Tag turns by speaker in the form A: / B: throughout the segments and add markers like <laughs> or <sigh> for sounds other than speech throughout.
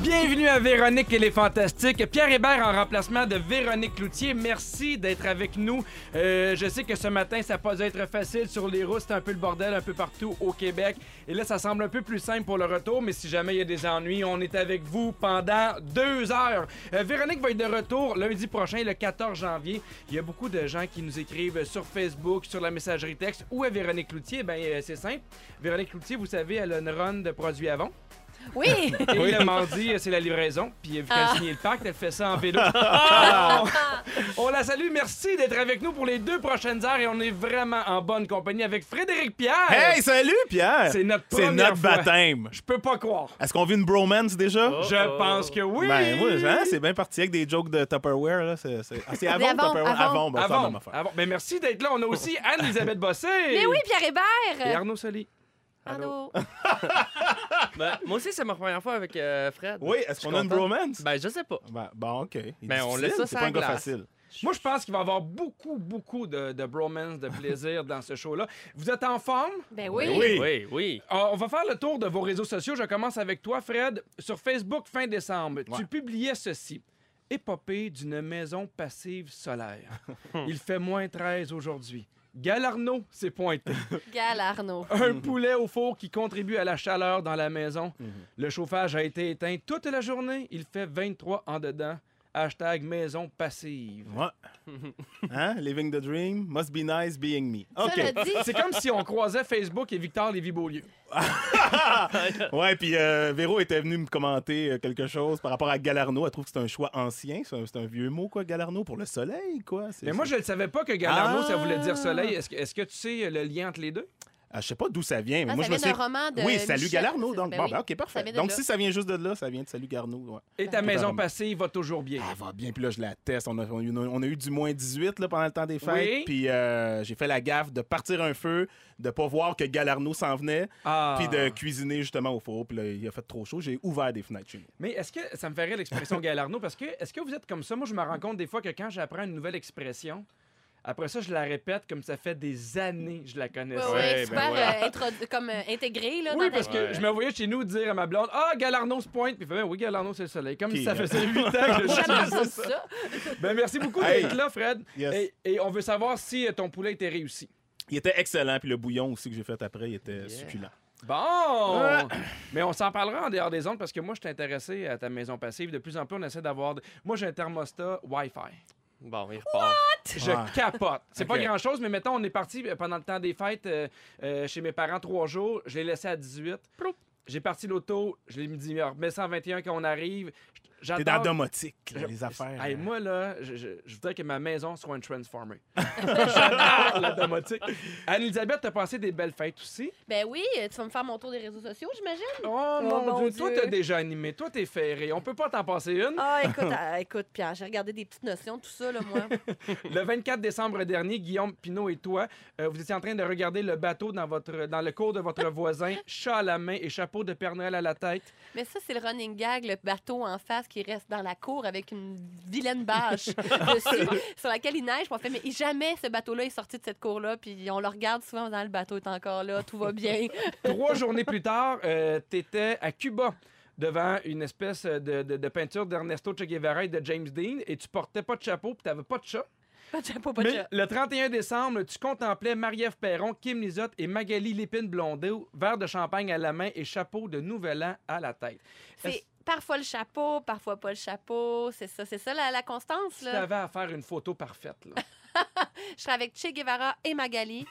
A: Bienvenue à Véronique et les Fantastiques. Pierre Hébert en remplacement de Véronique Cloutier. Merci d'être avec nous. Euh, je sais que ce matin, ça peut être facile sur les routes. C'est un peu le bordel un peu partout au Québec. Et là, ça semble un peu plus simple pour le retour, mais si jamais il y a des ennuis, on est avec vous pendant deux heures. Euh, Véronique va être de retour lundi prochain, le 14 janvier. Il y a beaucoup de gens qui nous écrivent sur Facebook, sur la messagerie texte ou à Véronique Cloutier. Ben, euh, c'est simple. Véronique Cloutier, vous savez, elle a une run de produits avant.
B: <laughs>
C: Oui!
A: Et le mardi, euh, c'est la livraison. Puis euh, vu qu'elle
C: Ah.
A: a signé le pacte, elle fait ça en
B: <laughs>
A: vélo. on, on la salue. Merci d'être avec nous pour les deux prochaines heures. Et on est vraiment en bonne compagnie avec Frédéric Pierre.
B: Hey, salut Pierre!
A: C'est notre
B: C'est
A: première
B: notre
A: fois.
B: baptême.
A: Je peux pas croire.
B: Est-ce qu'on vit une bromance déjà?
A: Je pense que oui.
B: Oh, Ben moi, hein, c'est bien parti avec des jokes de Tupperware. Là. C'est, c'est... Ah, c'est avant,
C: Mais avant,
B: Tupperware?
C: avant.
B: Avant, bon, c'est la
A: Avant,
B: même affaire.
A: avant. Ben, merci d'être là. On a
B: <laughs>
A: aussi Anne-Elisabeth Bossé.
C: Mais oui, euh, Pierre
A: Et
C: Hébert!
A: Arnaud Soli.
C: Arnaud.
D: Ben, moi aussi, c'est ma première fois avec euh, Fred.
B: Oui, est-ce
D: Je
B: qu'on a une
D: comprends.
B: bromance?
D: Ben, je sais pas.
B: Ben, bon, OK. Il est
D: Ben, on
B: difficile,
D: laisse ça
B: C'est
D: sur
B: pas un
D: la
B: gars
D: glace.
B: facile.
A: Moi, je pense qu'il va y avoir beaucoup, beaucoup de, de bromance, de plaisir dans ce show-là. Vous êtes en forme?
C: Ben oui!
B: oui.
D: Oui, oui.
A: Euh, on va faire le tour de vos réseaux sociaux. Je commence avec toi, Fred. Sur Facebook, fin décembre, tu
B: Ouais.
A: publiais ceci. Épopée d'une maison passive
B: <laughs>
A: solaire. Il fait moins 13 aujourd'hui. Galarno s'est pointé.
C: Gal Arnaud.
A: Un
B: <laughs>
A: poulet au four qui contribue à la chaleur dans la maison.
B: Mhm.
A: Le chauffage a été éteint toute la journée. Il fait 23 en dedans. Hashtag maison passive.
B: Ouais.
A: <laughs>
B: Hein? Living the dream, must be nice being me. OK.
C: Ça le dit.
A: C'est comme si on croisait Facebook et Victor Lévy-Beaulieu.
B: Ouais, puis euh, Véro était venu me commenter euh, quelque chose par rapport à Galarno. Elle trouve que c'est un choix ancien. C'est un, c'est un vieux mot, quoi, Galarno, pour le soleil, quoi. C'est-
A: Mais moi, je ne savais pas que Galarno, ça voulait dire
B: Ah.
A: soleil. Est-ce que, est-ce que tu sais le lien entre les deux?
B: Ah, je sais pas d'où ça vient, mais
C: Ah,
B: moi,
C: ça
B: je me
C: vient
B: sais.
C: d'un roman de
B: oui, Salut
C: Michel-
B: Galarno. Donc,
C: Ben
B: bon,
C: oui.
B: ben, OK,
C: Ça
B: parfait.
C: vient de
B: Donc,
C: là.
B: si ça vient juste de là, ça vient de Salut Garneau. ouais.
A: Et ta
B: Tout
A: maison
B: arrangé.
A: passive va toujours bien.
B: Elle va bien, puis là, je la teste. On a, on a eu- on a eu du moins 18 là, pendant le temps des fêtes.
A: Oui.
B: Puis euh, j'ai fait la gaffe de partir un feu, de pas voir que Galarno s'en venait,
A: Ah.
B: puis de cuisiner justement au four. Puis là, il a fait trop chaud. J'ai ouvert des fenêtres chez nous.
A: Mais est-ce que ça me ferait l'expression Galarno parce que est-ce que vous êtes comme ça Moi, je me rends compte des fois que quand j'apprends une nouvelle expression, après ça, je la répète comme ça fait des années que je la connais.
C: Ouais, ouais, super euh, introdu- comme euh, intégré là,
A: Oui,
C: dans
A: parce
C: ta...
A: que je me voyais chez nous dire à ma blonde Ah, Galarno se pointe. Puis il fait Ben Oui, Galarno, c'est le soleil. Comme si
B: Qui,
A: ça
B: euh?
A: faisait 8 ans que je
C: <laughs> Jamais
A: l'utilisais.
C: entendu ça.
A: Ben, merci beaucoup
B: Hey.
A: d'être là, Fred.
B: Yes.
A: Et, et on veut savoir si euh, ton poulet était réussi.
B: Il était excellent, puis le bouillon aussi que j'ai fait après, il était succulent.
A: Bon!
B: Ah.
A: Mais on s'en parlera en dehors des ondes parce que moi, je suis intéressé à ta maison passive. De plus en plus, on essaie d'avoir. Moi, j'ai un thermostat Wi-Fi.
D: Bon, il repart.
A: Je
B: Ouais.
A: capote. C'est pas
B: Ok.
A: grand-chose, mais mettons, on est parti euh, pendant le temps des fêtes euh, euh, chez mes parents trois jours. Je l'ai laissé à 18. J'ai parti l'auto. Je l'ai dit, remets 121 quand on arrive.
B: T'es dans
A: J'adore.
B: domotique, là, les affaires.
A: Hey,
B: euh.
A: moi, là, je, je- je voudrais que ma maison soit un
B: <laughs>
A: Transformer. J'adore la domotique. Anne-Elisabeth, t'as passé des belles fêtes aussi.
C: Ben oui, euh, tu vas me faire mon tour des réseaux sociaux, j'imagine.
A: Oh, mon
C: mon
A: Dieu.
C: Dieu.
A: Toi, t'as déjà animé. Toi, t'es ferré. On peut pas t'en passer une.
C: Ah, écoute, ah, écoute, Pierre, j'ai regardé des petites notions, tout ça, là, <laughs> moi.
A: Le 24 décembre dernier, Guillaume Pinot et toi, euh, vous étiez en train de regarder le bateau dans, votre, dans le cours de votre voisin, chat à la main et chapeau de Père Noël à la tête.
C: Mais ça, c'est le running gag, le bateau en face qui reste dans la cour avec une vilaine bâche dessus, sur laquelle il neige. Puis on fait, mais jamais ce bateau-là est sorti de cette cour-là. Puis on le regarde souvent dans le bateau est encore là, tout va bien.
A: Trois journées plus tard, euh, t'étais à Cuba devant une espèce de, de- de peinture d'Ernesto Che Guevara et de James Dean et tu portais pas de chapeau puis t'avais pas de chat.
C: Pas de chapeau, pas de
A: Mais
C: chapeau.
A: le 31 décembre, tu contemplais Marie-Ève Perron, Kim Lizotte et Magali Lépine Blondeau, verre de champagne à la main et chapeau de nouvel an à la tête.
C: C'est parfois le chapeau, parfois pas le chapeau. C'est ça, c'est ça la, la constance,
A: Tu
C: là.
A: t'avais à faire une photo parfaite. là.
C: Je serais avec Che Guevara et Magali.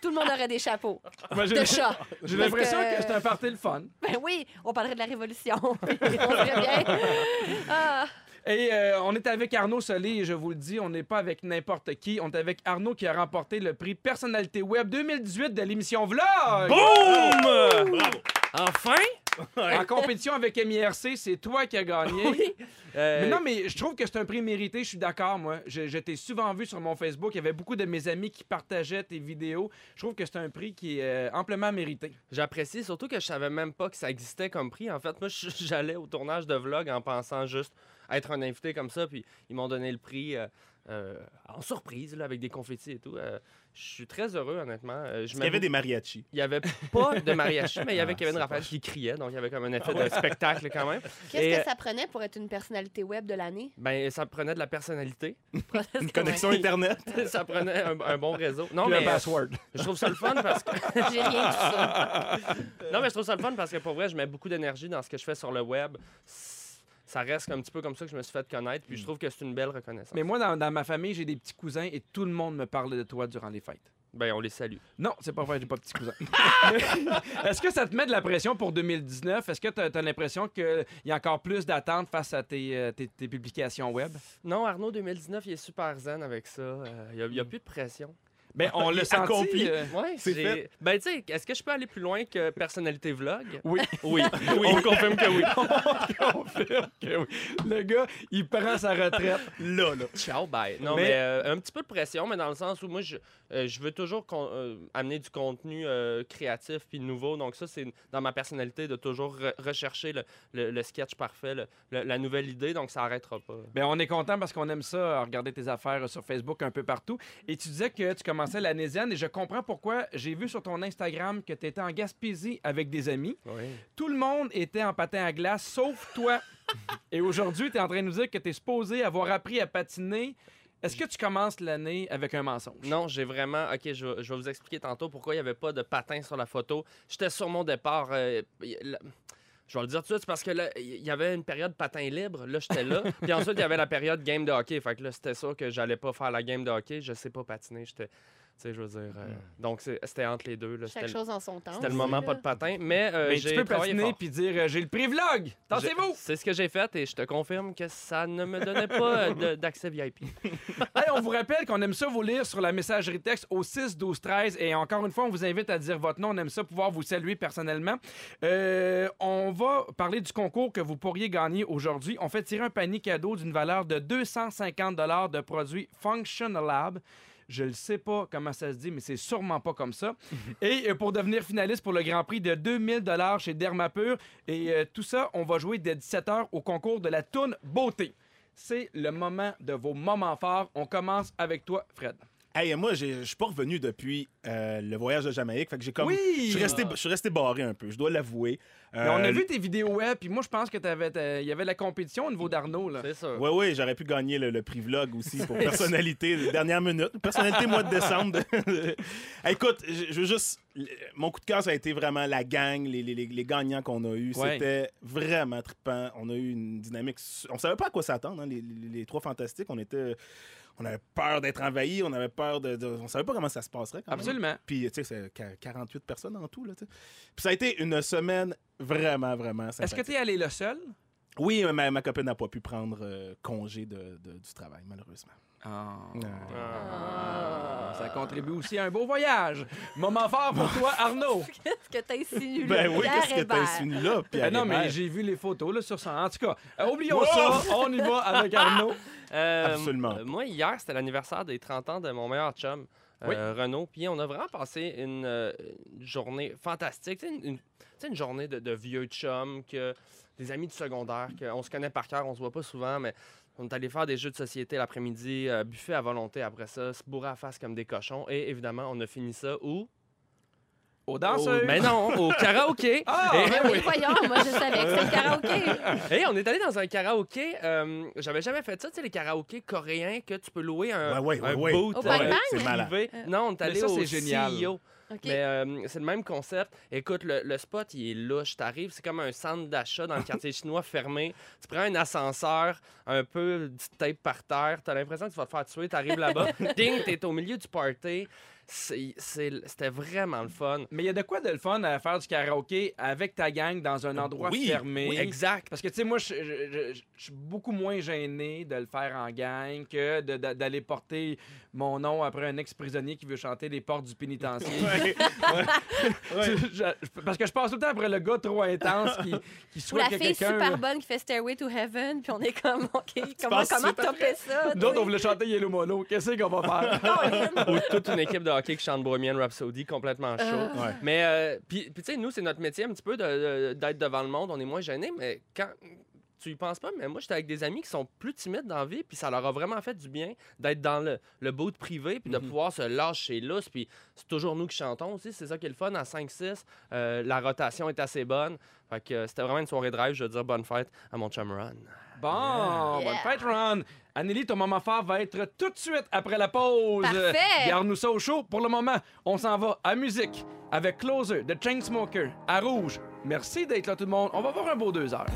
C: tout le monde aurait des chapeaux
A: Imagine-
C: de chat.
A: J'ai
C: Parce
A: l'impression
C: que-
A: que c'est un party le fun.
C: Ben oui, on parlerait de la révolution. <laughs> on serait bien. Ah.
A: Et euh, on est avec Arnaud Solé, et je vous le dis, on n'est pas avec n'importe qui. On est avec Arnaud qui a remporté le prix Personnalité Web 2018 de l'émission Vlog.
D: Boum! Enfin!
A: en compétition avec MIRC, c'est toi qui as gagné.
D: Euh,
A: Mais non, mais je trouve que c'est un prix mérité, je suis d'accord, moi. Je, je t'ai souvent vu sur mon Facebook, il y avait beaucoup de mes amis qui partageaient tes vidéos. Je trouve que c'est un prix qui est euh, amplement mérité.
D: J'apprécie surtout que je savais même pas que ça existait comme prix. En fait, moi, je- <laughs> j'allais au tournage de vlog en pensant juste être un invité comme ça, puis ils m'ont donné le prix. euh, euh, en surprise, là, avec des confettis et tout. Euh, je suis très heureux, honnêtement. Euh, je
B: Est-ce qu'il y avait
D: m'avoue-
B: des mariachis?
D: Il n'y avait pas
B: <laughs>
D: de mariachi, mais il y avait
B: Ah,
D: Kevin
B: c'est Ah
D: Raphaël qui criait, donc il y avait comme un effet de spectacle quand même. Et,
C: Qu'est-ce
D: euh,
C: que ça prenait pour être une personnalité web de l'année?
D: Ben, ça prenait de la personnalité,
B: Une connexion Internet?
D: <laughs> ça prenait un, un bon réseau. Non,
A: Puis un
D: mais euh,
A: password.
D: je trouve ça le fun
A: <laughs>
D: parce que.
C: J'ai rien de ça.
D: Non, mais je trouve ça le fun parce que pour vrai, je mets beaucoup d'énergie dans ce que je fais sur le web. S- Ça reste un petit peu comme ça que je me suis fait connaître, puis je trouve que c'est une belle reconnaissance.
A: Mm. Mais moi, dans, dans ma famille, j'ai des petits cousins et tout le monde me parle de toi durant les fêtes.
D: Ben, on les salue.
A: Non, c'est pas vrai, j'ai pas de petits cousins. <laughs> Est-ce que ça te met de la pression pour 2019? Est-ce que tu as, l'impression qu'il y a encore plus d'attentes face à tes, euh, tes- tes publications web?
D: Non, Arnaud 2019, il est super zen avec ça. Euh, Il
A: Mm.
D: n'y a, plus de pression.
A: Ben, on <laughs> l'a senti.
B: Accompli.
A: euh,
D: Ouais,
B: C'est
D: j'ai- Ben, tu sais, est-ce que je peux aller plus loin que personnalité vlog?
A: <laughs> Oui.
D: Oui, oui. on confirme que
A: <laughs>
D: oui.
A: confirme que oui. Le gars, il prend sa retraite.
B: Là, là.
D: Ciao, bye. Non,
A: Mais-
D: mais, euh, un petit peu de pression, mais dans le sens où moi, je, euh, je veux toujours con- euh, amener du contenu euh, créatif puis nouveau. Donc, ça, c'est dans ma personnalité de toujours re- rechercher le, le- le sketch parfait, le- le- la nouvelle idée. Donc, ça arrêtera pas.
A: Ben, on est content parce qu'on aime ça, euh, regarder tes affaires euh, sur Facebook un peu partout. Et tu disais que tu commençais l'année zen et je comprends pourquoi. J'ai vu sur ton Instagram que tu étais en Gaspésie avec des amis. Tout le monde était en patin à glace, sauf toi. Et aujourd'hui, tu es en train de nous dire que tu es supposé avoir appris à patiner. Est-ce que tu commences l'année avec un mensonge?
D: Non, j'ai vraiment. Ok, je, vais- je vais vous expliquer tantôt pourquoi il n'y avait pas de patin sur la photo. J'étais sur mon départ. euh, y- la- Je vais le dire tout de suite, c'est parce que là, il y avait une période patin libre. Là, j'étais
A: <laughs>
D: là. Puis ensuite, il y avait la période game de hockey. Fait que là, c'était sûr que j'allais pas faire la game de hockey. Je sais pas patiner. J'étais. Tu sais, je veux dire. euh,
A: Hmm.
D: Donc, c'est- c'était entre les deux. là.
C: Chaque
D: C'était
C: chose en son temps.
D: c'était le
C: aussi,
D: moment
C: là.
D: pas de patin. Mais, euh,
A: Mais Ben, tu
D: j'ai
A: peux
D: travaillé
A: patiner
D: fort.
A: puis dire euh, j'ai le pré-vlog. Tassez-vous!
D: Je- C'est ce que j'ai fait et je te confirme que ça ne me donnait pas euh, de-
A: <laughs>
D: d'accès VIP.
A: Hey, on vous rappelle qu'on aime ça vous lire sur la messagerie texte au 6 12 13 et encore une fois on vous invite à dire votre nom, on aime ça pouvoir vous saluer personnellement. Euh, on va parler du concours que vous pourriez gagner aujourd'hui. On fait tirer un panier cadeau d'une valeur de 250 dollars de produits Functional Lab. Je ne sais pas comment ça se dit, mais c'est sûrement pas comme ça. Et euh, pour devenir finaliste pour le Grand Prix de 2000 dollars chez Dermapur. Et euh, tout ça, on va jouer dès 17h au concours de la toune Beauté. C'est le moment de vos moments forts. On commence avec toi, Fred.
B: Hey, moi, j'ai- je suis pas revenu depuis euh, le voyage de Jamaïque. Fait que j'ai comme. Je suis, resté, je suis resté barré un peu, je dois l'avouer. Euh,
A: Mais on a vu tes vidéos web, puis moi, je pense que t'avais, t'as- il y avait de la compétition au niveau d'Arnaud. Là.
D: C'est sûr.
B: Oui, oui, j'aurais pu gagner le, le prix vlog aussi
A: <laughs>
B: pour personnalité, de dernière minute. Personnalité mois de <laughs> décembre. Écoute, je, je veux juste. le- Mon coup de cœur, ça a été vraiment la gang, les, les- les- les gagnants qu'on a eus.
A: Ouais.
B: C'était vraiment trippant. On a eu une dynamique. su- On savait pas à quoi s'attendre, hein, les, les- les trois fantastiques. On était. On avait peur d'être envahis, on avait peur de, de- On savait pas comment ça se passerait. quand même.
A: Absolument.
B: Puis, tu sais, c'est qua- 48 personnes en tout, là, tu sais. Puis ça a été une semaine vraiment, vraiment
A: Est-ce que
B: sympathique.
A: t'es allé le seul?
B: Oui, ma, ma copine n'a pas pu prendre euh, congé de- de- du travail, malheureusement. Ah.
D: Ah.
A: Ah. Ça contribue aussi à un beau voyage. Moment fort pour toi,
B: <laughs>
A: Arnaud.
C: Qu'est-ce que t'as insinué?
B: Ben oui,
C: Pierre
B: qu'est-ce que t'as
C: Hébert?
B: insinué là, Pierre
A: Ben non, mais
B: Hébert?
A: j'ai vu les photos là, sur ça. En tout cas, euh, oublions
B: Wow!
A: ça. On y va avec Arnaud.
D: Euh,
B: Absolument.
D: euh, moi, hier, c'était l'anniversaire des 30 ans de mon meilleur chum, euh,
A: Oui.
D: Renaud. Puis on a vraiment passé une, euh, une journée fantastique. Tu sais, une, une- tu sais, une journée de, de vieux chum, que, des amis du secondaire, qu'on se connaît par cœur, on se voit pas souvent, mais on est allé faire des jeux de société l'après-midi, euh, buffet à volonté après ça, se bourrer à face comme des cochons. Et évidemment, on a fini ça
B: Oh,
D: où?
A: Aux
B: Euh.
A: danseuses.
D: Mais non,
B: <laughs>
D: au karaoké.
A: Ah!
D: Et-
C: Ben oui, voyons, moi je savais que c'était le karaoké.
D: Hey, on est allé dans un karaoké. euh, J'avais jamais fait ça, tu sais, les karaokés coréens que tu peux louer un,
B: Ouais, ouais,
D: un
B: ouais, ouais.
D: boot,
C: Au
D: euh,
C: Bang Bang?
B: c'est
D: <laughs>
B: malade.
D: privé. Non, on est allé
A: ça,
D: au
A: c'est génial.
D: CEO.
C: OK.
D: Mais euh, c'est le même concept. Écoute, le, le spot, il est louche. T'arrives, c'est comme un centre d'achat dans
A: <laughs>
D: le quartier chinois fermé. Tu prends un ascenseur, un peu du tape par terre. T'as l'impression que tu vas te faire tuer.
A: <laughs>
D: T'arrives là-bas, ding, t'es au milieu du party. C'est- c'est- C'était vraiment le fun.
A: Mais il y a de quoi de le fun à faire du karaoké avec ta gang dans un endroit
B: Oui,
A: fermé.
D: exact.
A: Parce que, tu sais, moi, je je- je- je- je suis beaucoup moins gêné de le faire en gang que de- de- d'aller porter mon nom après un ex-prisonnier qui veut chanter les portes du pénitencier. <laughs>
B: Ouais, ouais, ouais.
A: Tu- je- je- parce que je passe tout le temps après le gars trop intense qui, qui
C: Ou
A: souhaite
C: la
A: que
C: fille
A: quelqu'un...
C: super bonne qui fait Stairway to Heaven, puis on est comme, <laughs> OK, comment
B: passes
C: comment
B: suite
C: t'as fait ça?
A: D'autres,
C: toi?
A: on voulait chanter Yellow Mono. Qu'est-ce qu'on va faire?
C: Colin.
D: Ou toute une équipe de hockey qui chante Bohemian Rhapsody complètement chaud.
A: Ah.
B: Ouais.
D: Mais, euh, puis, puis tu sais, nous, c'est notre métier un petit peu de- de- d'être devant le monde. On est moins gênés, mais quand, tu y penses pas, mais moi, j'étais avec des amis qui sont plus timides dans la vie, puis ça leur a vraiment fait du bien d'être dans le, le boot privé, puis de
E: Mhm.
D: pouvoir se lâcher là. Puis c'est toujours nous qui chantons aussi, c'est ça qui est le fun. À 5-6, euh, la rotation est assez bonne. Fait que euh, c'était vraiment une soirée de rêve. Je veux dire bonne fête à mon chum Ron.
A: Bon,
C: Yeah.
A: bonne fête, Ron. Anneli, ton moment fort va être tout de suite après la pause.
C: Parfait.
A: Garde-nous ça au chaud. Pour le moment, on s'en va à musique avec Closer de Chainsmoker à Rouge. Merci d'être là, tout le monde. On va voir un beau deux heures.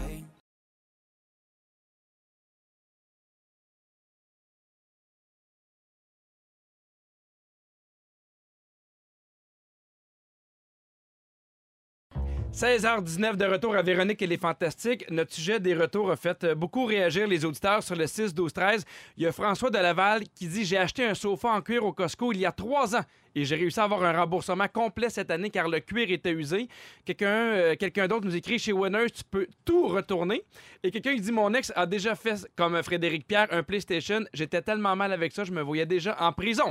A: « 16h19 de retour à Véronique et les Fantastiques. Notre sujet des retours a fait euh, beaucoup réagir les auditeurs sur le 6-12-13. Il y a François de Laval qui dit J'ai acheté un sofa en cuir au Costco il y a trois ans et j'ai réussi à avoir un remboursement complet cette année car le cuir était usé. Quelqu'un euh, quelqu'un d'autre nous écrit Chez Winners, tu peux tout retourner. Et quelqu'un qui dit Mon ex a déjà fait, comme Frédéric Pierre, un PlayStation. J'étais tellement mal avec ça, je me voyais déjà en prison.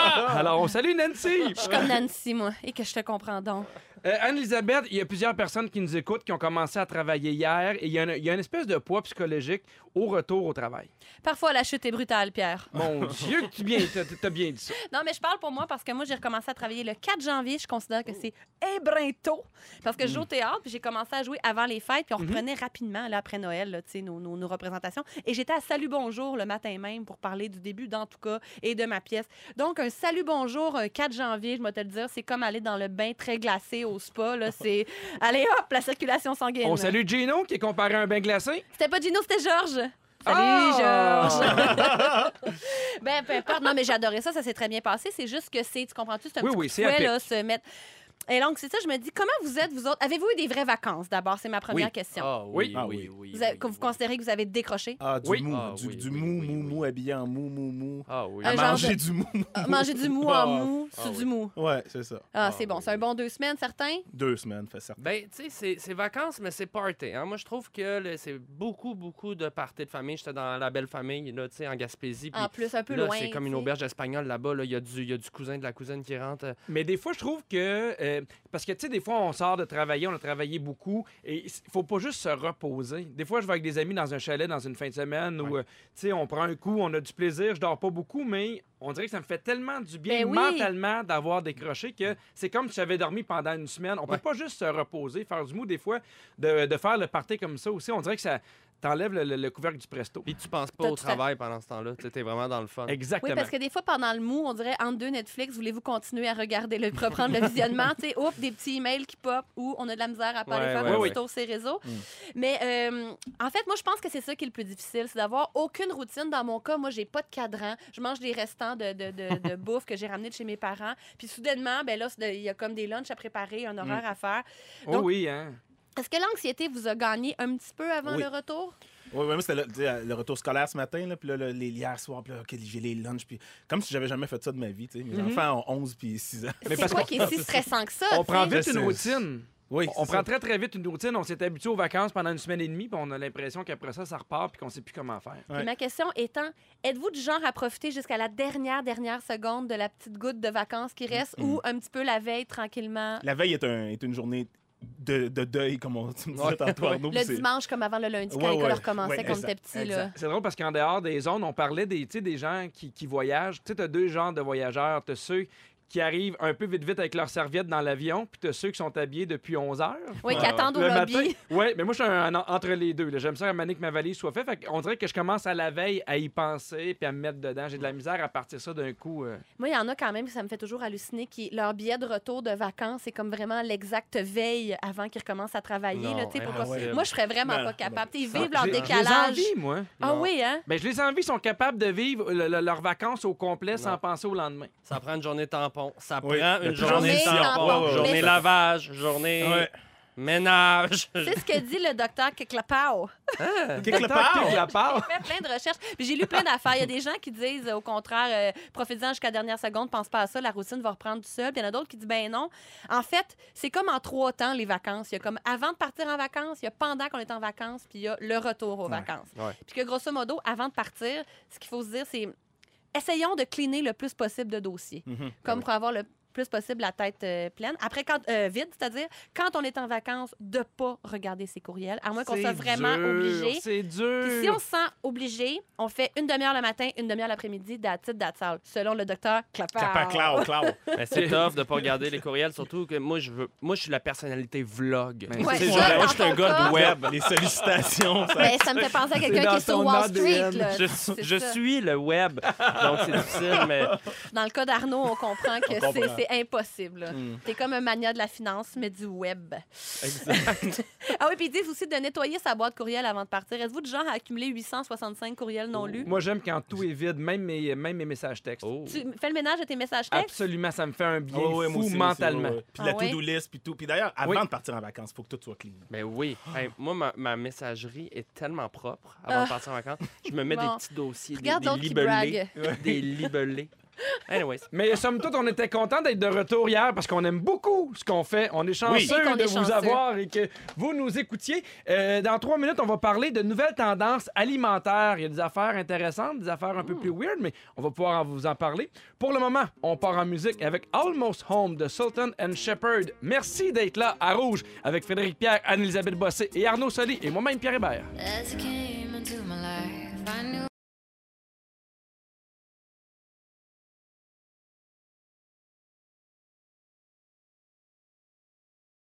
A: Alors on salue Nancy
C: Je suis comme Nancy, moi, et que je te comprends donc.
A: euh, Anne-Elisabeth, il y a plusieurs personnes qui nous écoutent, qui ont commencé à travailler hier, et il y a une, il y a une espèce de poids psychologique au retour au travail.
C: Parfois, la chute est brutale, Pierre.
A: Mon Dieu, que tu bien, t'as- t'as bien dit ça.
C: <laughs> Non, mais je parle pour moi parce que moi, j'ai recommencé à travailler le 4 janvier. Je considère que c'est ébrinto. Parce que je
A: Mm.
C: joue au théâtre, puis j'ai commencé à jouer avant les
A: Mm-hmm.
C: fêtes, puis on reprenait rapidement, là, après Noël, là, tu sais, nos, nos- nos représentations. Et j'étais à Salut Bonjour le matin même pour parler du début, d'en tout cas, et de ma pièce. Donc, un Salut Bonjour, un 4 janvier, je vais te le dire, c'est comme aller dans le bain très glacé au
A: <laughs>
C: spa, là. C'est, allez hop, la circulation sanguine.
A: On salue Gino, qui est comparé à un bain glacé.
C: C'était pas Gino, c'était Georges.
D: Oh!
C: Salut,
A: Ah!
C: Georges!
D: <laughs>
C: Ben, peu importe. Non, mais j'adorais ça. Ça s'est très bien passé. C'est juste que c'est, tu comprends-tu, c'est un
A: Oui,
C: petit
A: oui,
C: coup
A: c'est
C: de fouet,
A: épique.
C: là, se mettre. Et donc, c'est ça, je me dis, comment vous êtes, vous autres? Avez-vous eu des vraies vacances, d'abord? C'est ma première
A: Oui.
C: question.
D: Ah
A: oui,
B: Ah oui,
C: vous avez- que vous considérez que vous avez
D: <laughs>
C: décroché?
B: Ah, du
A: Oui.
B: mou,
D: Ah,
B: du,
D: oui,
B: du
D: oui,
B: mou,
D: oui,
B: mou,
D: oui.
B: mou, habillé en mou, mou, mou.
D: Ah oui.
C: Un
B: À
C: genre
B: manger
C: de-
B: du mou, mou.
C: Ah, Manger du mou en mou,
D: Ah
C: c'est du
D: oui.
C: mou.
B: Ouais, c'est ça.
C: Ah,
D: Ah
C: c'est bon.
D: oui.
C: C'est un bon deux semaines, certain?
B: Deux semaines, fait certain.
D: Ben, tu sais, c'est- c'est vacances, mais c'est party. hein. Moi, je trouve que là, c'est beaucoup, beaucoup de parties de famille. J'étais dans la belle famille, là, tu sais, en Gaspésie. puis
C: En plus, un peu
D: là,
C: loin.
D: c'est comme
C: tu
D: une
C: sais.
D: auberge espagnole là-bas. là. Il y, a du- il y a du cousin de la cousine qui rentre. euh,
A: Mais des fois, je trouve que. euh, parce que, tu sais, des fois, on sort de travailler, on a travaillé beaucoup, et il faut pas juste se reposer. Des fois, je vais avec des amis dans un chalet dans une fin de semaine où,
D: Ouais.
A: euh, tu sais, on prend un coup, on a du plaisir, je dors pas beaucoup, mais on dirait que ça me fait tellement du bien
C: Ben oui.
A: mentalement d'avoir décroché que c'est comme si j'avais dormi pendant une semaine. On
D: Ouais.
A: peut pas juste se reposer, faire du mou, des fois, de, de faire le party comme ça aussi. On dirait que ça t'enlève le, le- le couvercle du presto.
D: Puis tu penses
C: T'as
D: pas
C: tout
D: au
C: à fait-
D: travail pendant ce temps-là. Tu es vraiment dans le fun.
A: Exactement.
C: Oui, parce que des fois, pendant le mou, on dirait entre deux Netflix, voulez-vous continuer à regarder, le, reprendre
A: <laughs>
C: le visionnement? Tu sais, oups, des petits emails qui pop ou on a de la misère à parler
D: Ouais,
C: faire
D: ouais,
C: un
A: ouais. Mm.
C: petit tour sur ses réseaux. Mais euh, en fait, moi, je pense que c'est ça qui est le plus difficile, c'est d'avoir aucune routine. Dans mon cas, moi, j'ai pas de cadran. Je mange des restants de, de, de-
A: <laughs>
C: de bouffe que j'ai ramené de chez mes parents. Puis soudainement, ben là, c'est de- il y a comme des lunchs à préparer, un horaire à faire.
A: Oh
C: donc-
A: oui, hein.
C: Est-ce que l'anxiété vous a gagné un petit peu avant
B: Oui.
C: le retour?
B: Oui, ouais, moi, c'était le, tu sais, le retour scolaire ce matin, là, puis là, le- les hier soir, puis là, OK, j'ai les lunchs, puis comme si j'avais jamais fait ça de ma vie, tu sais. Mes enfants ont 11 puis 6 ans.
A: Mais
C: C'est
A: parce
C: quoi
A: qu'on- <laughs>
C: qui est si stressant que ça?
A: On prend
C: tu sais?
A: vite une
B: C'est-
A: routine.
B: <laughs> Oui,
A: on
B: c'est
A: prend
B: ça.
A: très très vite une routine, on s'est habitué aux vacances pendant une semaine et demie, puis on a l'impression qu'après ça, ça repart, puis qu'on sait plus comment faire.
B: Ouais.
C: Et ma question étant, êtes-vous du genre à profiter jusqu'à la dernière, dernière seconde de la petite goutte de vacances qui reste
B: Mm-hmm.
C: ou un petit peu la veille tranquillement?
B: La veille est, un- est une journée de, de deuil, comme on tu me disais <laughs> tantôt, Arnaud,
C: Le
B: c'est-
C: dimanche, comme avant le lundi, quand
B: Ouais,
C: l'école
B: ouais.
C: recommençait,
B: Ouais,
C: quand on
B: exact,
C: était petit. Là.
B: exact.
A: C'est drôle parce qu'en dehors des zones, on parlait des, tu sais, des gens qui, qui voyagent. Tu sais, t'as deux genres de voyageurs. T'as ceux qui arrivent un peu vite vite avec leur serviette dans l'avion, puis t'as ceux qui sont habillés depuis 11 heures.
C: Oui, qui
B: Ouais.
C: attendent au
A: Le
C: lobby.
A: matin. Oui, mais moi, je suis un- un- entre les deux. là. J'aime ça à manier que ma valise soit faite. Fait on dirait que je commence à la veille à y penser, puis à me mettre dedans. J'ai de la misère à partir ça d'un coup. euh.
C: Moi, il y en a quand même que ça me fait toujours halluciner qui leur billet de retour de vacances, c'est comme vraiment l'exacte veille avant qu'ils recommencent à travailler. là,
D: Non,
C: tu sais, pour
D: ah
C: pas-
D: ouais.
C: Moi, je serais vraiment
B: Non,
C: pas
B: non.
C: capable. Ils
D: Ça-
C: vivent leur
A: J'ai- je les
C: décalage.
A: envie, moi.
C: Ah
D: Non.
C: oui,
B: <laughs>
C: hein?
A: Ben, je les envie, ils sont capables de vivre le- le- leurs vacances au complet sans
D: Non.
A: penser au lendemain.
D: Ça prend une journée tampon. Ça
B: Oui,
D: prend une
B: le
D: journée,
C: journée
D: tampon.
C: tampon.
B: Ouais, ouais, ouais.
D: Journée
C: Mais-
D: lavage, journée
B: Ouais.
D: ménage. <laughs>
C: C'est ce que dit le docteur Keklapao.
B: Kick le
A: Tant
B: pare!
A: qu'il la part.
C: fait plein de recherches. Puis j'ai lu plein d'affaires. Il y a des gens qui disent, euh, au contraire, euh, profitez-en jusqu'à la dernière seconde, pense pas à ça, la routine va reprendre du seul. Puis il y en a d'autres qui disent, ben non. En fait, c'est comme en trois temps, les vacances. Il y a comme avant de partir en vacances, il y a pendant qu'on est en vacances, puis il y a le retour aux vacances.
D: ouais.
C: Puis que grosso modo, avant de partir, ce qu'il faut se dire, c'est essayons de cliner le plus possible de dossiers.
B: Mhm.
C: Comme pour avoir le plus possible la tête euh, pleine. Après, quand euh, vide, c'est-à-dire quand on est en vacances, de pas regarder ses courriels, <laughs> à moins qu'on
A: C'est
C: soit vraiment
A: dur,
C: obligé.
A: C'est dur.
C: Puis si on se sent obligé, on fait une demi-heure le matin, une demi-heure l'après-midi, that's it, that's all. Selon le docteur Clapper.
B: Clapa, clap, clap.
D: Ben, c'est tough de pas regarder les courriels, surtout que moi, je veux, moi, je suis la personnalité vlog.
A: Ben,
C: Ouais,
D: C'est
C: ça,
D: genre,
C: dans
D: moi, je suis un
C: ton
D: gars
B: <laughs>
C: cas-
D: de web.
B: Les sollicitations, ça.
C: Mais euh, ça me fait penser à quelqu'un
A: dans
C: qui est sur
A: ton
C: Wall
A: ADN.
C: Street. là.
D: Je,
C: C'est
D: je
C: ça.
D: suis le web, donc c'est difficile, mais
C: Dans le cas d'Arnaud, on comprend que
B: comprend.
C: c'est- c'est impossible. là.
D: Hmm.
B: Mm.
C: T'es comme un mania de la finance, mais du web. <laughs> ah oui, puis ils disent aussi de nettoyer sa boîte courriel avant de partir. Êtes-vous du genre à accumuler 865 courriels non lus?
A: Moi, j'aime quand tout est vide, même mes, même mes messages textes.
D: Oh.
C: Tu fais le ménage de tes messages textes?
A: Absolument, ça me fait un bien
B: Ah Ouais, Oh, ouais,
A: fou
B: moi aussi, moi aussi, ouais,
A: mentalement.
B: ouais. Puis la
C: Ah ouais?
B: to-do list, puis tout. Puis d'ailleurs, avant
A: Oui.
B: de partir en vacances, il faut que tout soit clean.
D: Ben oui. Hey, moi, ma, ma messagerie est tellement propre avant
C: Ah.
D: de partir en vacances. Je me mets
C: Bon.
D: des petits dossiers, des,
C: Regarde
D: des
C: d'autres qui
D: libellés.
C: braguent.
D: Des libellés. Anyways.
A: Mais somme toute, on était content d'être de retour hier parce qu'on aime beaucoup ce qu'on fait. On est chanceux
B: Oui.
C: Et qu'on
A: de
C: est
A: vous
C: chanceux.
A: avoir et que vous nous écoutiez. Euh, dans trois minutes, on va parler de nouvelles tendances alimentaires. Il y a des affaires intéressantes, des affaires un peu plus weird, mais on va pouvoir en vous en parler. Pour le moment, on part en musique avec Almost Home de Sultan and Shepherd. Merci d'être là à Rouge avec Frédéric Pierre, Anne-Elisabeth Bossé et Arnaud Soli et moi-même Pierre Hébert.
E: As you came into my life, I knew.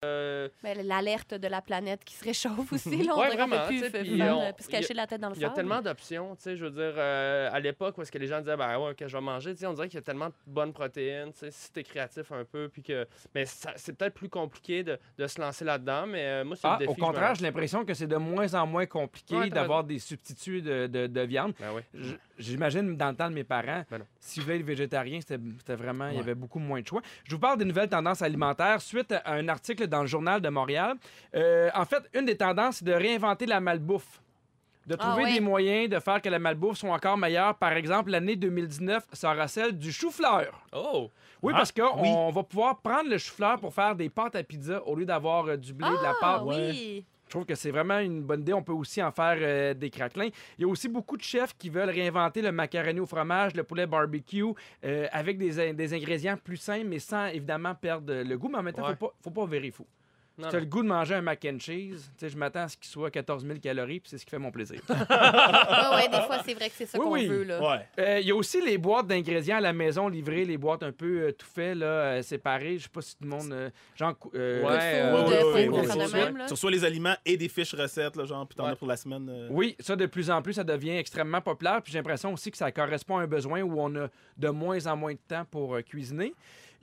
D: euh,
C: Ben, L'alerte de la planète qui se réchauffe aussi. Là, on
D: Ouais,
C: aurait
D: vraiment,
C: pu,
D: tu sais,
C: faire-
D: puis
C: faire-
D: on-
C: puis se cacher
D: il y a-
C: la tête dans le
D: Il y a
C: sable.
D: tellement d'options, tu sais, je veux dire, euh, à l'époque où est-ce que les gens disaient, ben ouais, que je vais manger, tu sais, on dirait qu'il y a tellement de bonnes protéines, tu sais, si t'es créatif un peu, puis que, mais ça- c'est peut-être plus compliqué de, de se lancer là-dedans, mais euh, moi, c'est
A: Ah,
D: le défi.
A: au
D: que je me
A: contraire,
D: lance.
A: j'ai l'impression que c'est de moins en moins compliqué
D: Ouais, t'as
A: d'avoir des substituts de, de- de viande.
D: Ben oui.
A: J- J'imagine dans le temps de mes parents,
D: Ben non.
A: si vous voulez être végétarien, c'était c'était vraiment, il y
B: Ouais.
A: avait beaucoup moins de choix. Je vous parle des nouvelles tendances alimentaires suite à un article dans le journal de Montréal. Euh, en fait, une des tendances, c'est de réinventer la malbouffe. De
C: Ah
A: trouver
C: ouais.
A: des moyens de faire que la malbouffe soit encore meilleure. Par exemple, l'année 2019 sera celle du chou-fleur.
D: Oh!
A: Oui,
B: Ah,
A: parce qu'on
B: oui.
A: va pouvoir prendre le chou-fleur pour faire des pâtes à pizza au lieu d'avoir euh, du blé, de la
C: Ah
A: pâte.
C: oui!
A: Je trouve que c'est vraiment une bonne idée. On peut aussi en faire euh, des craquelins. Il y a aussi beaucoup de chefs qui veulent réinventer le macaroni au fromage, le poulet barbecue, euh, avec des, in- des ingrédients plus sains, mais sans évidemment perdre le goût. Mais en même temps,
D: Ouais.
A: faut pas, faut pas virer fou.
D: Non,
A: Si t'as
D: non.
A: le goût de manger un mac and cheese, tu sais, je m'attends à ce qu'il soit 14 000 calories, puis c'est ce qui fait mon
C: <laughs>
A: plaisir.
C: Ah, Ouais, ouais, des fois, c'est vrai que c'est ça
A: Oui,
C: qu'on
A: oui.
C: veut. Là.
B: Ouais.
A: Euh, Il y a aussi les boîtes d'ingrédients à la maison livrées, les boîtes un peu euh, tout fait, là, euh, séparées. Je sais pas si tout le monde. euh, genre, cou- euh,
D: Ouais.
C: Good food,
B: ouais,
C: euh,
B: ouais,
C: food,
B: ouais,
C: on fait
B: ouais,
C: de
B: ouais.
C: même, là.
B: Tu reçois les aliments et des fiches recettes, là, genre, puis t'en
D: Ouais.
B: as pour la semaine. euh.
A: Oui, ça de plus en plus, ça devient extrêmement populaire. Puis j'ai l'impression aussi que ça correspond à un besoin où on a de moins en moins de temps pour euh, cuisiner.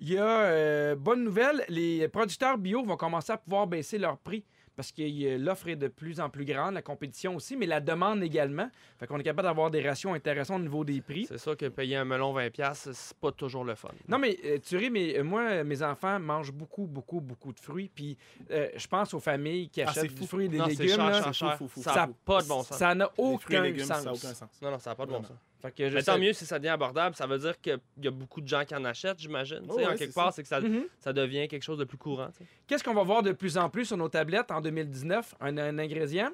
A: Il y a euh, bonne nouvelle, les producteurs bio vont commencer à pouvoir baisser leur prix parce que euh, l'offre est de plus en plus grande, la compétition aussi, mais la demande également. Fait qu'on est capable d'avoir des ratios intéressants au niveau des prix.
D: C'est sûr que payer un melon 20$, c'est pas toujours le fun.
A: Non, mais euh, tu ris, mais euh, moi, euh, mes enfants mangent beaucoup, beaucoup, beaucoup de fruits. Puis euh, je pense aux familles qui
B: Ah,
A: achètent
B: c'est
A: des
B: fou.
A: fruits et des
D: non, c'est
A: légumes.
D: cher,
A: là.
D: cher,
B: c'est fou,
D: cher.
B: fou, fou,
D: Ça
A: fou.
D: n'a pas de bon sens.
A: Ça n'a
B: Les fruits et
A: aucun,
B: légumes,
A: sens.
B: ça n'a aucun sens.
D: Non, non, ça n'a pas de bon
B: Vraiment.
D: sens.
A: Fait que je
D: Mais tant
A: sais-
D: mieux si ça devient abordable, ça veut dire qu'il y a beaucoup de gens qui en achètent, j'imagine. tu sais,
B: Ouais,
D: en
B: ouais,
D: quelque
B: c'est
D: part,
A: <laughs>
D: c'est que ça,
A: Mhm.
D: ça devient quelque chose de plus courant. tu sais.
A: Qu'est-ce qu'on va voir de plus en plus sur nos tablettes en 2019? Un, un ingrédient?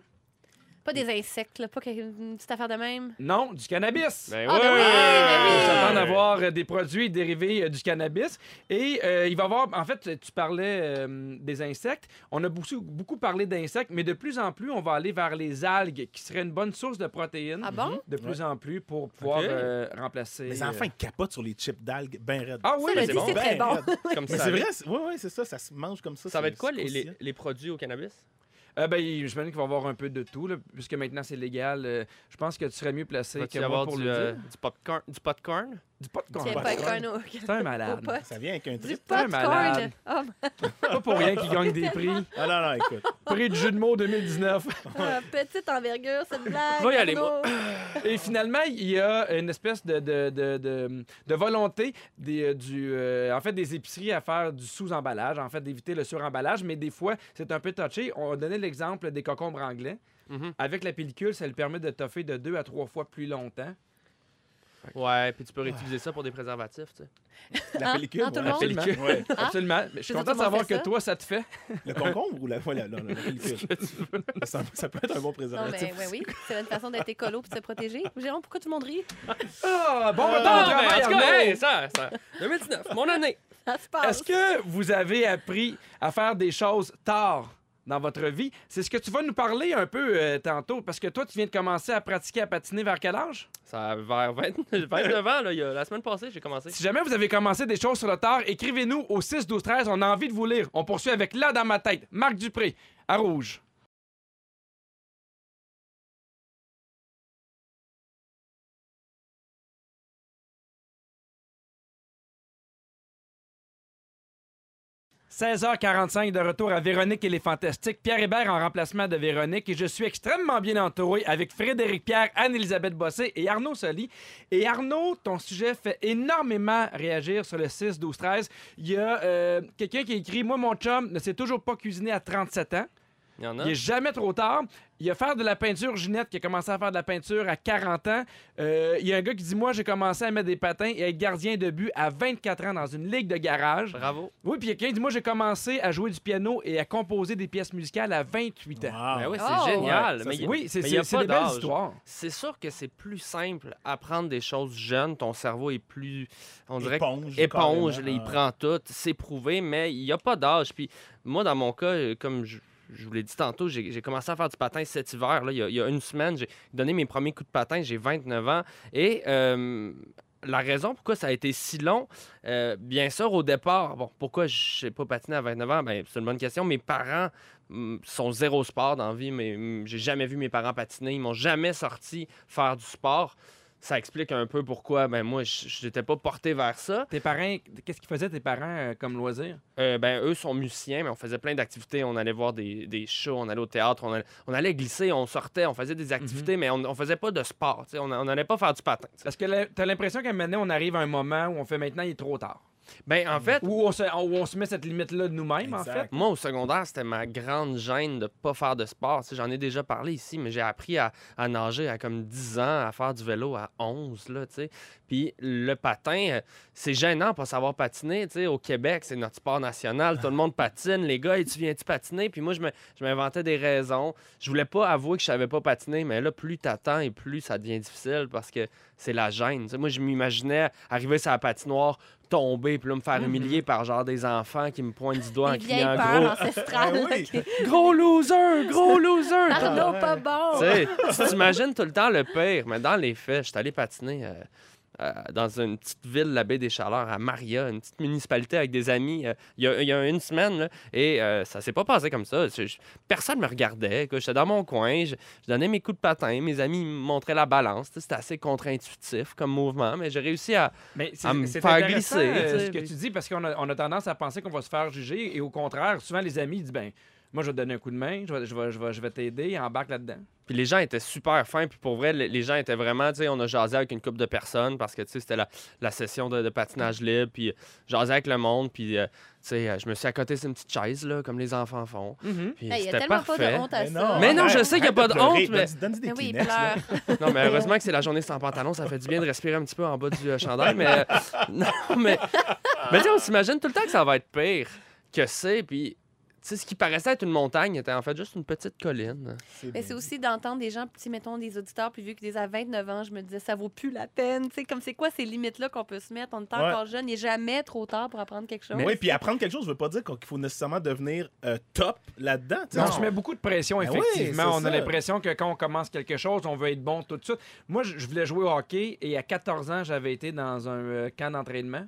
C: Pas des insectes, là, pas que- une petite affaire de même.
A: Non, du cannabis.
D: Ben
C: Ah, ben
A: On
C: oui, ben oui.
D: Ah,
A: s'attend à voir euh, des produits dérivés euh, du cannabis. Et euh, il va y avoir, en fait, tu parlais euh, des insectes. On a beaucoup, beaucoup parlé d'insectes, mais de plus en plus, on va aller vers les algues, qui seraient une bonne source de protéines.
C: Ah
D: Mhm.
C: bon?
A: De plus en plus pour pouvoir
D: Ok.
A: euh, remplacer.
B: Mes
A: euh,
B: enfants, ils capotent sur les chips d'algues ben raides.
A: Ah oui, mais
C: Ça,
A: c'est
C: le dit,
A: bon.
C: c'est très
B: Ben,
C: bon.
B: raide.
D: Comme
B: Mais
D: ça.
B: c'est vrai, c'est- ouais, ouais, c'est ça, ça se mange comme ça.
D: Ça va
B: c'est-
D: être quoi
B: c'est
D: les, les-
B: croustillant.
D: les produits au cannabis?
A: Euh, ben, j'imagine qu'il va y avoir un peu de tout, là, puisque maintenant c'est légal. Euh, je pense que tu serais mieux placé
D: Va-t-il
A: que
D: y
A: moi
D: avoir
A: pour
D: du,
A: le
D: euh,
A: dire.
D: du popcorn? Du popcorn?
A: Dis pas de
C: Tiens,
A: con-
C: pas corn au-
A: C'est un
C: au
A: malade.
C: pot.
B: Ça vient avec un
C: Du
B: trip.
C: popcorn!
A: malade.
C: Oh, <laughs>
A: Pas pour rien <laughs> qu'ils gagnent des prix.
B: Ah non, non, écoute.
A: Prix du jeu de mots <laughs> 2019.
C: Ah, petite envergure, cette blague.
D: Je vais y aller,
C: Arnaud.
A: Et finalement, il y a une espèce de, de, de, de- de volonté des, euh, du, euh, en fait, des épiceries à faire du sous-emballage, en fait, d'éviter le sur-emballage, mais des fois, c'est un peu touché. On donnait l'exemple des concombres anglais.
D: Mhm.
A: Avec la pellicule, ça le permet de toffer de deux à trois fois plus longtemps.
D: Ouais, puis tu peux réutiliser ça pour des préservatifs, tu sais.
B: La
C: En-
B: pellicule.
C: en Ah, tout
B: ouais.
C: le monde?
B: La pellicule,
D: <laughs>
B: ouais.
C: Ah,
A: Absolument. Mais Je suis
C: tout
A: content
C: le
A: de
C: monde
A: savoir
C: fait
A: que
C: ça?
A: toi, ça te fait.
B: Le concombre ou la, ouais, la, la-
D: <laughs>
B: la pellicule? ça, ça peut être un bon
C: Non,
B: préservatif.
C: mais ouais, oui, c'est une façon d'être écolo puis de se protéger. Jérôme, pourquoi tout le monde rit?
A: Ah, bon retour
D: Ah,
A: au
D: ben,
A: travail,
D: en tout cas,
A: Arnaud!
D: hey, ça, ça- 2019, mon année!
C: ça se passe.
A: Est-ce que vous avez appris à faire des choses tard dans votre vie? C'est ce que tu vas nous parler un peu euh, tantôt, parce que toi, tu viens de commencer à pratiquer à patiner vers quel âge?
D: Ça a vers <laughs> 20 29 ans, là, il y a- la semaine passée, j'ai commencé.
A: Si jamais vous avez commencé des choses sur le tard, écrivez-nous au 6 12 13 On a envie de vous lire. On poursuit avec Là dans ma tête, Marc Dupré, à rouge. « 16h45 de retour à Véronique et les Fantastiques. Pierre Hébert en remplacement de Véronique et je suis extrêmement bien entouré avec Frédéric Pierre, Anne-Élisabeth Bossé et Arnaud Soli. Et Arnaud, ton sujet fait énormément réagir sur le 6, 12, 13. Il y a euh, quelqu'un qui a écrit Moi, mon chum ne s'est toujours pas cuisiné à 37 ans.
D: Il y en a.
A: Il n'est jamais trop tard. Il a faire de la peinture, Ginette, qui a commencé à faire de la peinture à 40 ans. Euh, il y a un gars qui dit Moi, j'ai commencé à mettre des patins et à être gardien de but à 24 ans dans une ligue de garage.
D: Bravo.
A: Oui, puis il y a quelqu'un qui dit Moi, j'ai commencé à jouer du piano et à composer des pièces musicales à 28 ans.
B: Wow.
D: Ben oui, c'est
C: Oh.
D: génial.
B: Ah. Ouais, ça,
D: mais il y a-
A: Oui, c'est
D: mais il y a
A: c'est- c'est
D: pas
A: des belles
D: d'âge.
A: histoires.
D: C'est sûr que c'est plus simple apprendre des choses jeunes. Ton cerveau est plus, on dirait,
B: éponge.
D: éponge, là,
B: carrément.
D: il prend tout, c'est prouvé, mais il n'y a pas d'âge. Puis moi, dans mon cas, euh, comme je, je vous l'ai dit tantôt, j'ai j'ai commencé à faire du patin cet hiver, là, il, y a, il y a une semaine. J'ai donné mes premiers coups de patin, j'ai 29 ans. Et euh, la raison pourquoi ça a été si long, euh, bien sûr, au départ, bon, pourquoi je n'ai pas patiné à 29 ans, ben, c'est une bonne question. Mes parents mm, sont zéro sport dans la vie, mais mm, j'ai jamais vu mes parents patiner. Ils m'ont jamais sorti faire du sport. Ça explique un peu pourquoi ben, moi, je n'étais pas porté vers ça.
A: Tes parents, qu'est-ce qu'ils faisaient tes parents euh, comme loisirs
D: Euh, ben, eux sont musiciens, mais on faisait plein d'activités. On allait voir des, des shows, on allait au théâtre, on allait, on allait glisser, on sortait, on faisait des activités, mais on, on faisait pas de sport. tu sais, On on n'allait pas faire du patin. tu sais.
A: Parce que là, t'as l'impression qu'à maintenant, on arrive à un moment où on fait maintenant, il est trop tard.
D: Ben, en fait,
A: Où on se, où on se met cette limite-là de nous-mêmes, en fait.
B: Exact.
D: moi, au secondaire, c'était ma grande gêne de pas faire de sport. Tu sais, J'en ai déjà parlé ici, mais j'ai appris à, à nager à comme 10 ans, à faire du vélo à 11. Là, tu sais. Puis le patin, euh, c'est gênant pas savoir patiner. tu sais. Au Québec, c'est notre sport national. Tout le monde patine. Les gars, et tu viens-tu patiner? Puis moi, je me- je m'inventais des raisons. Je voulais pas avouer que je savais pas patiner, mais là, plus t'attends et plus ça devient difficile parce que c'est la gêne. Tu sais, moi, je m'imaginais arriver sur la patinoire, tomber, puis là, me faire humilier par genre des enfants qui me pointent du doigt en
C: Les vieilles
D: criant
C: peurs
D: gros.
C: ancestrales.
B: Ah
C: <laughs>
B: oui.
C: là, qui-
D: Gros loser,
C: <laughs>
D: gros loser.
C: Arnaud, pas bon.
D: Tu sais, tu t'imagines tout le temps le pire, mais dans les faits, je suis allé patiner euh, euh, dans une petite ville, la baie des Chaleurs, à Maria, une petite municipalité avec des amis, euh, il y a- il y, a une semaine, là, et euh, ça s'est pas passé comme ça. Je- je- personne me regardait. quoi. J'étais dans mon coin, je, je donnais mes coups de patin, mes amis me montraient la balance. tu sais, C'était assez contre-intuitif comme mouvement, mais j'ai réussi à.
A: Mais
D: À
A: c'est
D: me
A: c'est
D: faire
A: intéressant
D: glisser,
A: euh,
D: tu sais,
A: ce que
D: puis-
A: tu dis, parce qu'on a, on a tendance à penser qu'on va se faire juger. Et au contraire, souvent, les amis ils disent ben, moi, je vais te donner un coup de main, je vais, je vais, je vais, je vais t'aider, embarque là-dedans.
D: Puis les gens étaient super fins. Puis pour vrai, le- les gens étaient vraiment, tu sais, on a jasé avec une couple de personnes parce que, tu sais, c'était la, la session de, de patinage libre. Puis euh, jasé avec le monde. Puis, euh, tu sais, euh, je me suis accoté sur une petite chaise, là, comme les enfants font. Puis
C: Hey, Ben, Il y a
D: c'était
C: tellement pas
D: parfait.
C: de honte à
B: Mais
C: ça.
D: Mais non,
B: arrête,
D: je sais qu'il y a
B: arrête
D: pas de
B: pleurer,
D: honte, mais-
B: donne- Donne-y des
C: Mais oui, il
B: Kleenex, là.
C: pleure.
D: Non, mais heureusement que c'est la journée sans pantalon, ça fait du bien de respirer un petit peu en bas du euh, chandail, mais euh, <laughs> non, mais, mais tu sais, on s'imagine tout le temps que ça va être pire que c'est, puis tu sais, ce qui paraissait être une montagne était en fait juste une petite colline.
C: Mais ben, c'est aussi d'entendre des gens, si mettons des auditeurs plus vieux qui disent à 29 ans, je me disais, ça vaut plus la peine. Tu sais, comme c'est quoi ces limites-là qu'on peut se mettre? On est
B: Ouais.
C: encore jeune, il n'est jamais trop tard pour apprendre quelque chose.
B: Oui, puis apprendre quelque chose ne veut pas dire qu'il faut nécessairement devenir euh, top là-dedans. tu sais.
A: On se met beaucoup de pression,
B: Ben oui,
A: effectivement.
B: c'est
A: on a
B: ça.
A: l'impression que quand on commence quelque chose, on veut être bon tout de suite. Moi, je je voulais jouer au hockey et à 14 ans, j'avais été dans un euh, camp d'entraînement,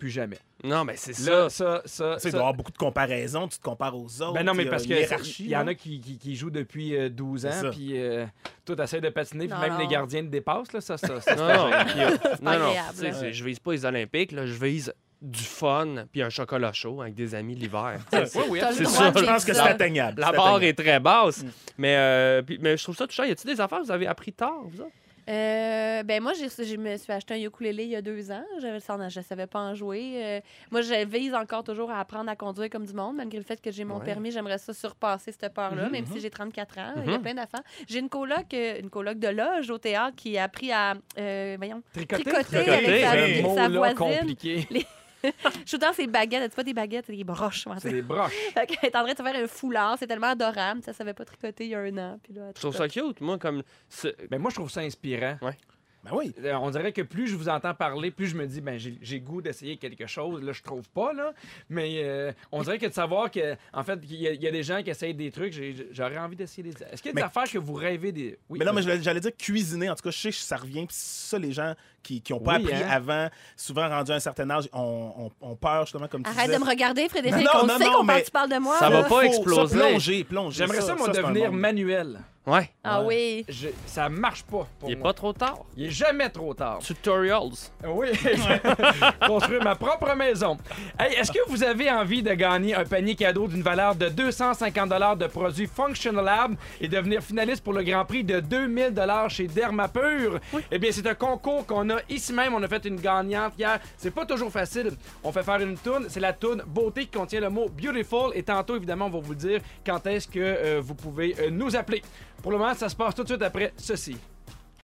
A: puis jamais.
D: Non, mais c'est ça.
A: Là, ça, ça,
B: Tu sais, il
A: ça-
B: doit y avoir beaucoup de comparaisons, tu te compares aux autres.
A: Ben non, mais
B: il y a
A: parce
B: une
A: que
B: hiérarchie,
A: il y en
B: là.
A: a qui, qui, qui jouent depuis euh, 12
B: C'est
A: ans,
B: ça.
A: puis euh, tout essaie de patiner, puis
C: Non,
A: même
C: non.
A: les gardiens te dépassent, là, ça, ça, ça, c'est
D: Non, non,
A: gênant.
D: puis, euh, non, non,
C: agréable,
D: tu sais,
C: là.
D: c'est- je vise pas les Olympiques, là, je vise du fun puis un chocolat chaud avec des amis l'hiver.
A: Oui, oui,
C: T'as le
A: absolument.
C: droit de
D: ça,
B: Je
C: dire
B: pense que c'est
C: ça.
B: atteignable.
D: La
B: c'est
D: barre
B: atteignable.
D: est très basse, mais, euh, puis- mais je trouve ça touchant. Y a-t-il des affaires que vous avez appris tard, vous autres?
C: Euh, ben moi, j'ai- je me suis acheté un ukulélé il y a deux ans. J'avais- Je ne savais pas en jouer. Euh, moi, je vise encore toujours à apprendre à conduire comme du monde, malgré le fait que j'ai mon
D: Ouais.
C: permis. J'aimerais ça surpasser cette peur-là,
A: Mhm,
C: même
B: mhm.
C: si j'ai 34 ans. Il y a
D: Mhm.
C: plein d'affaires. J'ai une coloc, euh, une coloc de loge au théâtre qui a appris à, euh, voyons,
A: Tricoter,
C: Tricoter
B: avec sa-
A: c'est un
B: avec
A: mot,
C: sa
A: là,
C: voisine.
A: compliqué.
C: shooter ses baguettes. C'est pas des baguettes, c'est des broches. moi,
A: C'est des broches.
C: Fait qu'elle est en train de se faire un foulard, c'est tellement adorable. Ça savait pas tricoter il y a un an. Puis là, elle
D: Je trouve ça
C: tricote.
D: cute, moi, comme. ce-
A: Ben moi, je trouve ça inspirant.
D: Ouais.
B: Ben oui.
A: Euh, on dirait que plus je vous entends parler, plus je me dis, ben, j'ai j'ai goût d'essayer quelque chose. Là, je trouve pas, là. Mais euh, on dirait que de savoir que, en fait, il y, a- il y a des gens qui essayent des trucs, j'ai- j'aurais envie d'essayer des. Est-ce qu'il y a des
B: Mais-
A: affaires que vous rêvez des. Oui,
B: mais non, mais
A: euh,
B: j'allais j'allais dire cuisiner. En tout cas, je sais que ça revient. Puis ça, les gens qui n'ont pas
A: Oui,
B: appris
A: hein.
B: avant, souvent rendus à un certain âge, on, on, on peur justement comme tu
C: Arrête
B: disais.
C: de me regarder, Frédéric.
B: Non,
C: on
B: non,
C: sait
B: non,
C: qu'on parle,
B: mais
C: tu parles de moi.
D: ça
C: là.
D: va pas exploser.
B: plonger, plonger.
A: J'aimerais ça, moi,
B: c'est un
A: devenir
B: monde.
A: manuel.
D: Ouais.
C: Ah oui.
A: Je- ça marche pas pour
D: Il est
A: moi.
D: pas trop tard.
A: Il est jamais trop tard.
D: Tutorials.
A: Oui, <laughs> je- construire ma propre maison. Hey, est-ce que vous avez envie de gagner un panier cadeau d'une valeur de 250 de produits Functional Lab et devenir finaliste pour le Grand Prix de 2000 chez Dermapur? Eh bien, c'est un concours qu'on a ici même. On a fait une gagnante hier. C'est pas toujours facile. On fait faire une toune. C'est la toune beauté qui contient le mot beautiful. Et tantôt, évidemment, on va vous dire quand est-ce que euh, vous pouvez euh, nous appeler. Pour le moment, ça se passe tout de suite après ceci.